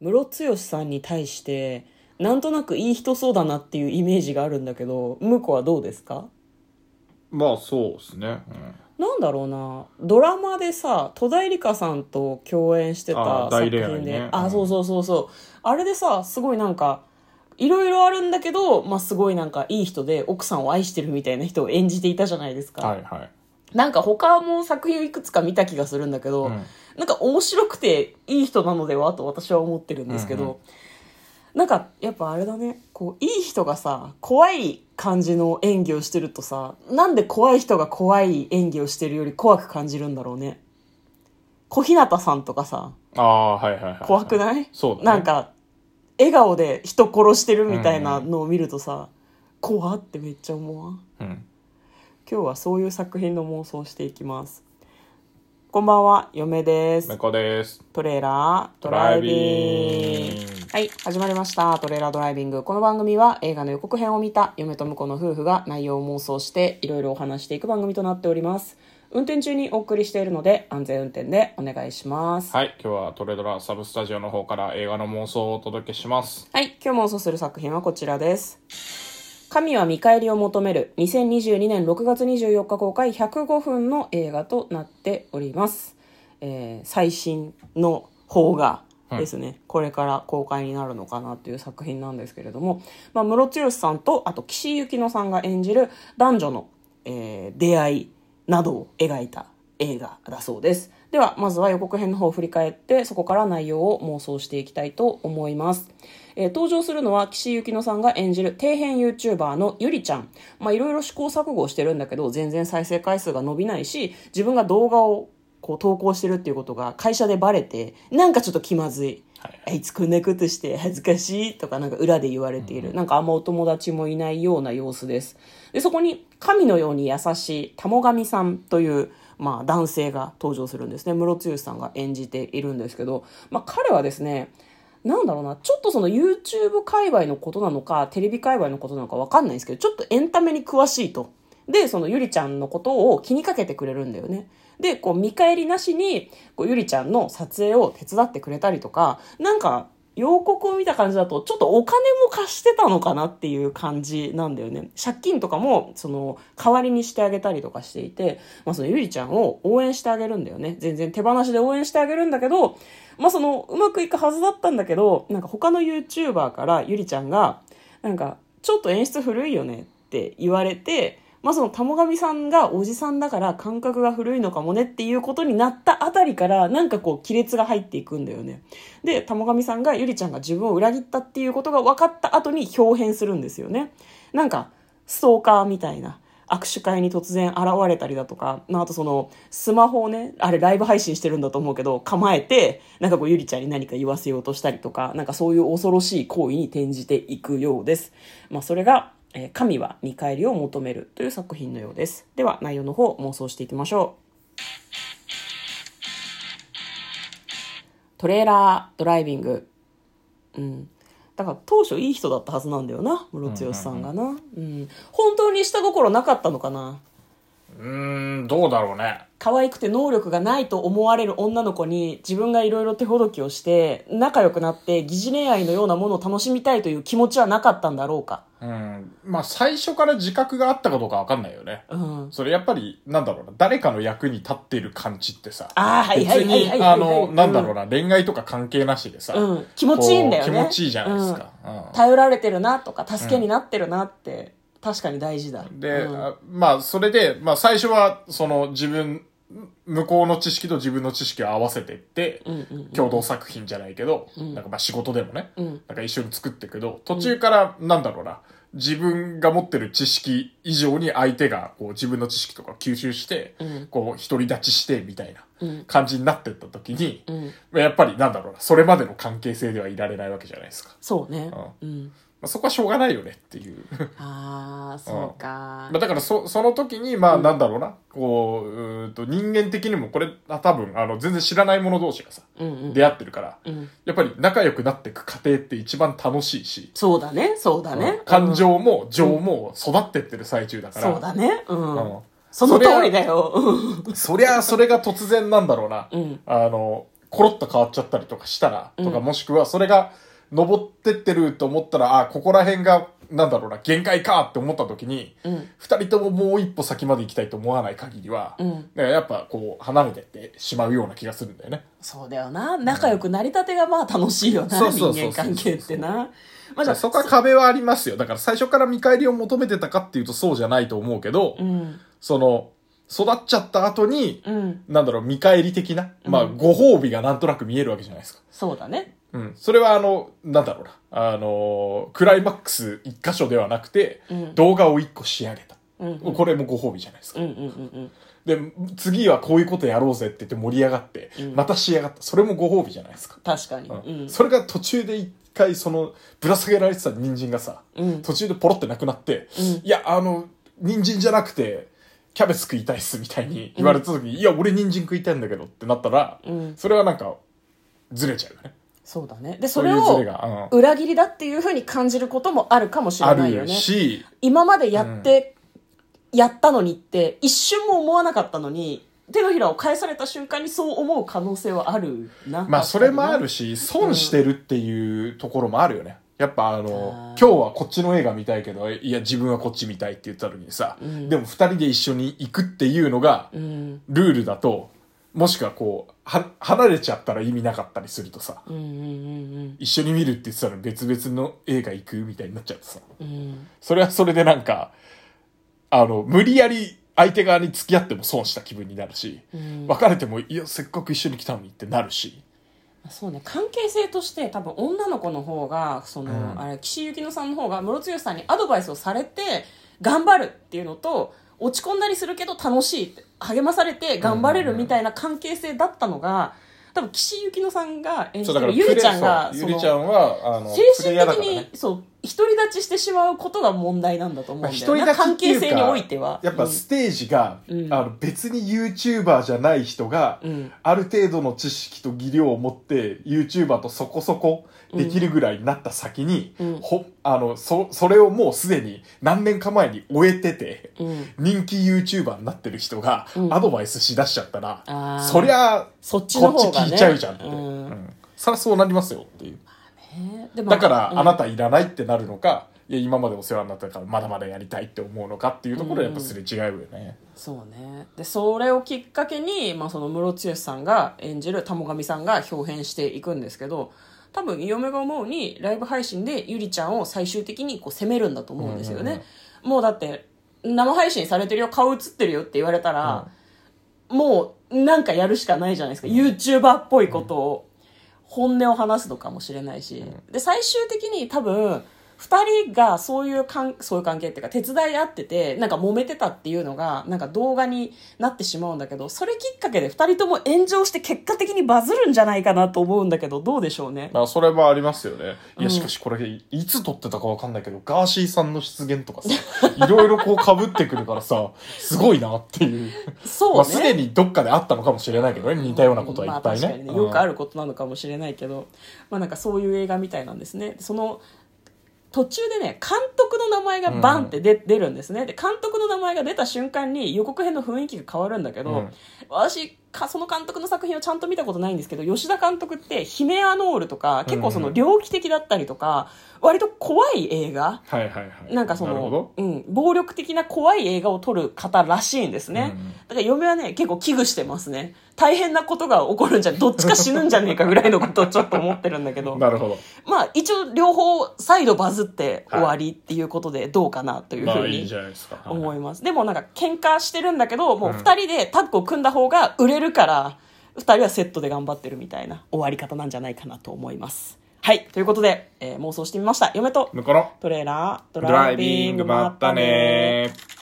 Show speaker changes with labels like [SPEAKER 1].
[SPEAKER 1] ムロツヨシさんに対してなんとなくいい人そうだなっていうイメージがあるんだけど向こうはどうですか
[SPEAKER 2] まあそうですね、
[SPEAKER 1] なんだろうなドラマでさ戸田恵梨香さんと共演してた
[SPEAKER 2] あー
[SPEAKER 1] 作
[SPEAKER 2] 大
[SPEAKER 1] 品
[SPEAKER 2] 恋
[SPEAKER 1] で
[SPEAKER 2] 愛ねう
[SPEAKER 1] あ
[SPEAKER 2] ん
[SPEAKER 1] そうそうそうそうあれでさすごいなんかいろいろあるんだけど、まあ、すごいなんかいい人で奥さんを愛してるみたいな人を演じていたじゃないです
[SPEAKER 2] う
[SPEAKER 1] か、
[SPEAKER 2] ん、はいはい、
[SPEAKER 1] なんか他も作品をいくつか見た気がするんだけど、
[SPEAKER 2] うん
[SPEAKER 1] なんか面白くていい人なのではと私は思ってるんですけど、
[SPEAKER 2] うんうん
[SPEAKER 1] なんかやっぱあれだねこういい人がさ怖い感じの演技をしてるとさなんで怖い人が怖い演技をしてるより怖く感じるんだろうね小日向さんとかさ
[SPEAKER 2] ああはいはいはいはい
[SPEAKER 1] 怖くない、
[SPEAKER 2] そうだね
[SPEAKER 1] なんか笑顔で人殺してるみたいなのを見るとさ、怖ってめっちゃ思わん
[SPEAKER 2] うん
[SPEAKER 1] 今日はそういう作品の妄想をしていきますこんばんは嫁です
[SPEAKER 2] 猫です
[SPEAKER 1] トレーラード
[SPEAKER 2] ド
[SPEAKER 1] ラ
[SPEAKER 2] ラ
[SPEAKER 1] イ
[SPEAKER 2] イ
[SPEAKER 1] ビ
[SPEAKER 2] ビ
[SPEAKER 1] ング
[SPEAKER 2] ング
[SPEAKER 1] はい始まりましたトレーラードライビングこの番組は映画の予告編を見た嫁と婿の夫婦が内容を妄想していろいろお話していく番組となっております運転中にお送りしているので安全運転でお願いしますはい、
[SPEAKER 2] はい今日はトレドラサブスタジオの方から映画の妄想をお届けします
[SPEAKER 1] 今日妄想する作品はこちらです神は見返りを求める2022年6月24日公開105分の映画となっております、えー最新の方がですね、これから公開になるのかなという作品なんですけれども、まあ、ムロツヨシさんとあと岸井ゆきのさんが演じる男女の、えー出会いなどを描いた映画だそうですではまずは予告編の方を振り返ってそこから内容を妄想していきたいと思います、えー登場するのは岸井ゆきのさんが演じる底辺 YouTuber のゆりちゃんまあいろいろ試行錯誤してるんだけど全然再生回数が伸びないし自分が動画をこう投稿してるっていうことが会社でバレてなんかちょっと気まずい、
[SPEAKER 2] はい
[SPEAKER 1] あいつこんなことして恥ずかしいとかなんか裏で言われている、なんかあんまお友達もいないような様子ですでそこに神のように優しい玉神さんという、まあ、男性が登場するんですねムロツヨシさんが演じているんですけど、まあ、彼はですねなんだろうな、ちょっとその YouTube 界隈のことなのか、テレビ界隈のことなのかわかんないんですけど、ちょっとエンタメに詳しいと。で、そのゆりちゃんのことを気にかけてくれるんだよね。で、こう見返りなしに、こうゆりちゃんの撮影を手伝ってくれたりとか、なんか、洋国を見た感じだと、ちょっとお金も貸してたのかなっていう感じなんだよね。借金とかも、その、代わりにしてあげたりとかしていて、まあそのゆりちゃんを応援してあげるんだよね。全然手放しで応援してあげるんだけど、まあその、うまくいくはずだったんだけど、なんか他の YouTuber からゆりちゃんが、なんか、ちょっと演出古いよねって言われて、まあその、たもがみさんがおじさんだから感覚が古いのかもねっていうことになったあたりから、なんかこう、亀裂が入っていくんだよね。で、たもがみさんがゆりちゃんが自分を裏切ったっていうことが分かった後に表変するんですよね。なんか、ストーカーみたいな。握手会に突然現れたりだとか、まあ、あとその、スマホをね、あれライブ配信してるんだと思うけど、構えて、なんかこう、ゆりちゃんに何か言わせようとしたりとか、なんかそういう恐ろしい行為に転じていくようです。まあ、それが、えー神は見返りを求めるという作品のようです。では、内容の方、妄想していきましょう。トレーラードライビング。うん。だから当初いい人だったはずなんだよな、ムロツヨシさんがな。うん。本当に下心なかったのかな
[SPEAKER 2] うーんどうだろうね
[SPEAKER 1] 可愛くて能力がないと思われる女の子に自分がいろいろ手ほどきをして仲良くなって疑似恋愛のようなものを楽しみたいという気持ちはなかったんだろうか。
[SPEAKER 2] うんまあ最初から自覚があったかどうかわかんないよね
[SPEAKER 1] うん。
[SPEAKER 2] それやっぱりなんだろうな誰かの役に立ってる感じってさ
[SPEAKER 1] あーはいはいはいはい
[SPEAKER 2] 別に
[SPEAKER 1] はい
[SPEAKER 2] あ
[SPEAKER 1] う
[SPEAKER 2] の
[SPEAKER 1] ん
[SPEAKER 2] なんだろうな、恋愛とか関係なしでさ、
[SPEAKER 1] うん気持ちいいんだよね
[SPEAKER 2] こう気持ちいいじゃないですか、うん
[SPEAKER 1] 頼られてるなとか助けになってるなって、確かに大事だ。
[SPEAKER 2] で、
[SPEAKER 1] うん
[SPEAKER 2] あまあそれで、まあ、最初はその自分向こうの知識と自分の知識を合わせてって、
[SPEAKER 1] うんうん
[SPEAKER 2] 共同作品じゃないけど、なんかまあ仕事でもね、
[SPEAKER 1] うん
[SPEAKER 2] なんか一緒に作っていくけど途中からなんだろうな自分が持ってる知識以上に相手がこう自分の知識とかを吸収して、
[SPEAKER 1] うん
[SPEAKER 2] こう独り立ちしてみたいな
[SPEAKER 1] うん
[SPEAKER 2] 感じになってった時に、
[SPEAKER 1] うん。
[SPEAKER 2] やっぱりなんだろうなそれまでの関係性ではいられないわけじゃないですか、
[SPEAKER 1] そうね。う
[SPEAKER 2] う
[SPEAKER 1] ん。
[SPEAKER 2] まあ、そこはしょうがないよねっていう
[SPEAKER 1] ああ、そうか
[SPEAKER 2] まあ。だからそその時にまあなんだろうな、こううーんと人間的にもこれあ多分あの全然知らない者同士がさ
[SPEAKER 1] うんうん。
[SPEAKER 2] 出会ってるから、
[SPEAKER 1] うん
[SPEAKER 2] やっぱり仲良くなっていく過程って一番楽しいし、
[SPEAKER 1] そうだね、そうだね。
[SPEAKER 2] 感情も情も育ってってる最中だ
[SPEAKER 1] う
[SPEAKER 2] か
[SPEAKER 1] ん
[SPEAKER 2] ら、
[SPEAKER 1] そうだね。うん
[SPEAKER 2] ん。
[SPEAKER 1] その通りだよ。
[SPEAKER 2] そりゃそれが突然なんだろうな、
[SPEAKER 1] うん
[SPEAKER 2] あのコロッと変わっちゃったりとかしたら、とかもしくはそれが登ってってると思ったら、あ、ここら辺が、なんだろうな、限界かって思った時に、二、人とももう一歩先まで行きたいと思わない限りは、
[SPEAKER 1] ん
[SPEAKER 2] ねやっぱこう、離れてってしまうような気がするんだよね。
[SPEAKER 1] そうだよな仲良くなりたてがまあ楽しいよな
[SPEAKER 2] そう
[SPEAKER 1] 人
[SPEAKER 2] そうそう
[SPEAKER 1] 間関係ってなまあ
[SPEAKER 2] じゃあそこは壁はありますよ。だから最初から見返りを求めてたかっていうとそうじゃないと思うけど、
[SPEAKER 1] うん
[SPEAKER 2] その、育っちゃった後に、
[SPEAKER 1] うん
[SPEAKER 2] なんだろう、見返り的な、まあ、ご褒美がなんとなく見えるわけじゃないですか。
[SPEAKER 1] そうだね
[SPEAKER 2] うん。それは、あの、なんだろうな。あの、クライマックス一箇所ではなくて、
[SPEAKER 1] うん
[SPEAKER 2] 動画を一個仕上げた。
[SPEAKER 1] うんうん
[SPEAKER 2] これもご褒美じゃないです
[SPEAKER 1] う
[SPEAKER 2] か。
[SPEAKER 1] んうんうん
[SPEAKER 2] で、次はこういうことやろうぜって言って盛り上がって、
[SPEAKER 1] うん
[SPEAKER 2] また仕上がった。それもご褒美じゃないですか。
[SPEAKER 1] 確かに
[SPEAKER 2] うん
[SPEAKER 1] うん
[SPEAKER 2] それが途中で一回、その、ぶら下げられてた人参がさ、
[SPEAKER 1] うん
[SPEAKER 2] 途中でポロってなくなって、
[SPEAKER 1] うん
[SPEAKER 2] いや、あの、人参じゃなくて、キャベツ食いたいっすみたいに言われた時に、いや、俺人参食いたいんだけどってなったら、
[SPEAKER 1] うん
[SPEAKER 2] それはなんか、ずれちゃうよね。
[SPEAKER 1] そうだねでそ
[SPEAKER 2] そうい
[SPEAKER 1] れ
[SPEAKER 2] うずれ
[SPEAKER 1] を
[SPEAKER 2] が、うん
[SPEAKER 1] 裏切りだっていうふうに感じることもあるかもしれ
[SPEAKER 2] あ
[SPEAKER 1] な
[SPEAKER 2] る
[SPEAKER 1] いよ
[SPEAKER 2] よ
[SPEAKER 1] ね
[SPEAKER 2] し、
[SPEAKER 1] 今までやって、やったのにって一瞬も思わなかったのに手のひらを返された瞬間にそう思う可能性はあるな
[SPEAKER 2] まあ、それもある
[SPEAKER 1] し
[SPEAKER 2] し、損してるっていうところもあるよね。やっぱあ
[SPEAKER 1] あ
[SPEAKER 2] の、
[SPEAKER 1] ー
[SPEAKER 2] 今日はこっちの映画見たいけど、いや、自分はこっち見たいって言った時にさ、
[SPEAKER 1] ん
[SPEAKER 2] でも二人で一緒に行くっていうのが、
[SPEAKER 1] うん
[SPEAKER 2] ルールだと、もしくはこう、は、離れちゃったら意味なかったりするとさ、
[SPEAKER 1] うんうん
[SPEAKER 2] 一緒に見るって言ってたら別々の映画行くみたいになっちゃってさ。
[SPEAKER 1] うんうん
[SPEAKER 2] それはそれでなんか、あの、無理やり相手側に付き合っても損した気分になるし、
[SPEAKER 1] うん
[SPEAKER 2] 別れても、いや、せっかく一緒に来たのにってなるし。
[SPEAKER 1] そうね関係性として多分女の子の方がその、
[SPEAKER 2] うん
[SPEAKER 1] あれ岸井ゆきのさんの方がムロツヨシさんにアドバイスをされて頑張るっていうのと落ち込んだりするけど楽しいって励まされて頑張れるみたいな関係性だったのが多分岸井ゆきのさんが演じてるゆりちゃんが
[SPEAKER 2] そう
[SPEAKER 1] そ
[SPEAKER 2] ゆ
[SPEAKER 1] の
[SPEAKER 2] りちゃんは、あの、
[SPEAKER 1] 精
[SPEAKER 2] プレ
[SPEAKER 1] 神
[SPEAKER 2] イヤーだ
[SPEAKER 1] 的
[SPEAKER 2] から
[SPEAKER 1] に、
[SPEAKER 2] ね
[SPEAKER 1] そう独り立ちしてしまうことが問題なんだと思
[SPEAKER 2] ま
[SPEAKER 1] う
[SPEAKER 2] あ
[SPEAKER 1] んだ
[SPEAKER 2] 一
[SPEAKER 1] よな、
[SPEAKER 2] 人だけ
[SPEAKER 1] 関
[SPEAKER 2] ってい
[SPEAKER 1] 係
[SPEAKER 2] うか
[SPEAKER 1] 性においては
[SPEAKER 2] やっぱステージが、
[SPEAKER 1] うん
[SPEAKER 2] あの別に YouTuber じゃない人が、
[SPEAKER 1] うん
[SPEAKER 2] ある程度の知識と技量を持って YouTuber とそこそこできるぐらいになった先に、
[SPEAKER 1] うん
[SPEAKER 2] ほあのそそれをもうすでに何年か前に終えてて、
[SPEAKER 1] うん、うん
[SPEAKER 2] 人気 YouTuber になってる人が
[SPEAKER 1] うん
[SPEAKER 2] アドバイスしだしちゃったら、
[SPEAKER 1] あー
[SPEAKER 2] そりゃこ
[SPEAKER 1] そっ
[SPEAKER 2] っ
[SPEAKER 1] ち
[SPEAKER 2] ち
[SPEAKER 1] の方が、ね、
[SPEAKER 2] 聞いちゃうじゃんって、
[SPEAKER 1] う
[SPEAKER 2] うん
[SPEAKER 1] ん
[SPEAKER 2] そりゃそうなりますよっていう
[SPEAKER 1] ねでも
[SPEAKER 2] だから、
[SPEAKER 1] うん
[SPEAKER 2] あなたいらないってなるのかいや今までお世話になったからまだまだやりたいって思うのかっていうところでやっぱすれ違うよね、
[SPEAKER 1] そうねでそれをきっかけに、まあ、そのムロツヨシさんが演じる田母神さんが表現していくんですけど多分嫁が思うにライブ配信でゆりちゃんを最終的にこう責めるんだと思うんですよね、
[SPEAKER 2] うんうん
[SPEAKER 1] もうだって生配信されてるよ顔映ってるよって言われたら、もうなんかやるしかないじゃないですか、YouTuber っぽいことを。本音を話すのかもしれないし、で最終的に多分2人がそういうかんそういう関係っていうか手伝い合っててなんか揉めてたっていうのがなんか動画になってしまうんだけどそれきっかけで2人とも炎上して結果的にバズるんじゃないかなと思うんだけどどうでしょうね
[SPEAKER 2] まあそれもありますよね。い
[SPEAKER 1] うん
[SPEAKER 2] や、しかしこれ、いつ撮ってたかわかんないけど、ガーシーさんの出現とかさ、いろいろこう被ってくるからさ、すごいなっていう。
[SPEAKER 1] そう
[SPEAKER 2] ま
[SPEAKER 1] ね
[SPEAKER 2] あすでにどっかであったのかもしれないけどね、似たようなことはいっぱい
[SPEAKER 1] まあ、確
[SPEAKER 2] ね。
[SPEAKER 1] かにねよくあ
[SPEAKER 2] る。
[SPEAKER 1] ることなのかもしれないけど、まあなんかそういう映画みたいなんですねその途中でね監督の名前がバンって出,、出るんですねで監督の名前が出た瞬間に予告編の雰囲気が変わるんだけど、
[SPEAKER 2] うん
[SPEAKER 1] 私かその監督の作品をちゃんと見たことないんですけど吉田監督って「ヒメアノール」とか結構その
[SPEAKER 2] うん
[SPEAKER 1] 猟奇的だったりとか、割と怖い映画
[SPEAKER 2] はいはいはい。
[SPEAKER 1] なんかそ
[SPEAKER 2] るほ
[SPEAKER 1] の
[SPEAKER 2] ど、
[SPEAKER 1] うん、暴力的な怖い映画を撮る方らしいんですね、
[SPEAKER 2] うんうん
[SPEAKER 1] だから嫁はね結構危惧してますね大変なことが起こるんじゃどっちか死ぬんじゃねえかぐらいのことをちょっと思ってるんだけ ど
[SPEAKER 2] なるほど。
[SPEAKER 1] まあ一応両方再度バズって終わりっていうことでどうかなという
[SPEAKER 2] ま
[SPEAKER 1] ふ
[SPEAKER 2] あ
[SPEAKER 1] う
[SPEAKER 2] いい
[SPEAKER 1] に
[SPEAKER 2] じゃないですか。はい
[SPEAKER 1] 思います、でもなんか喧嘩してるんだけどもう
[SPEAKER 2] うん
[SPEAKER 1] 2人でタッグを組んだ方が売れるから2人はセットで頑張ってるみたいな終わり方なんじゃないかなと思いますはいということで、えー妄想してみました嫁と
[SPEAKER 2] だから、
[SPEAKER 1] トレーラード
[SPEAKER 2] ドライビング、
[SPEAKER 1] ま
[SPEAKER 2] ま
[SPEAKER 1] っ
[SPEAKER 2] ったた
[SPEAKER 1] ね
[SPEAKER 2] ねー。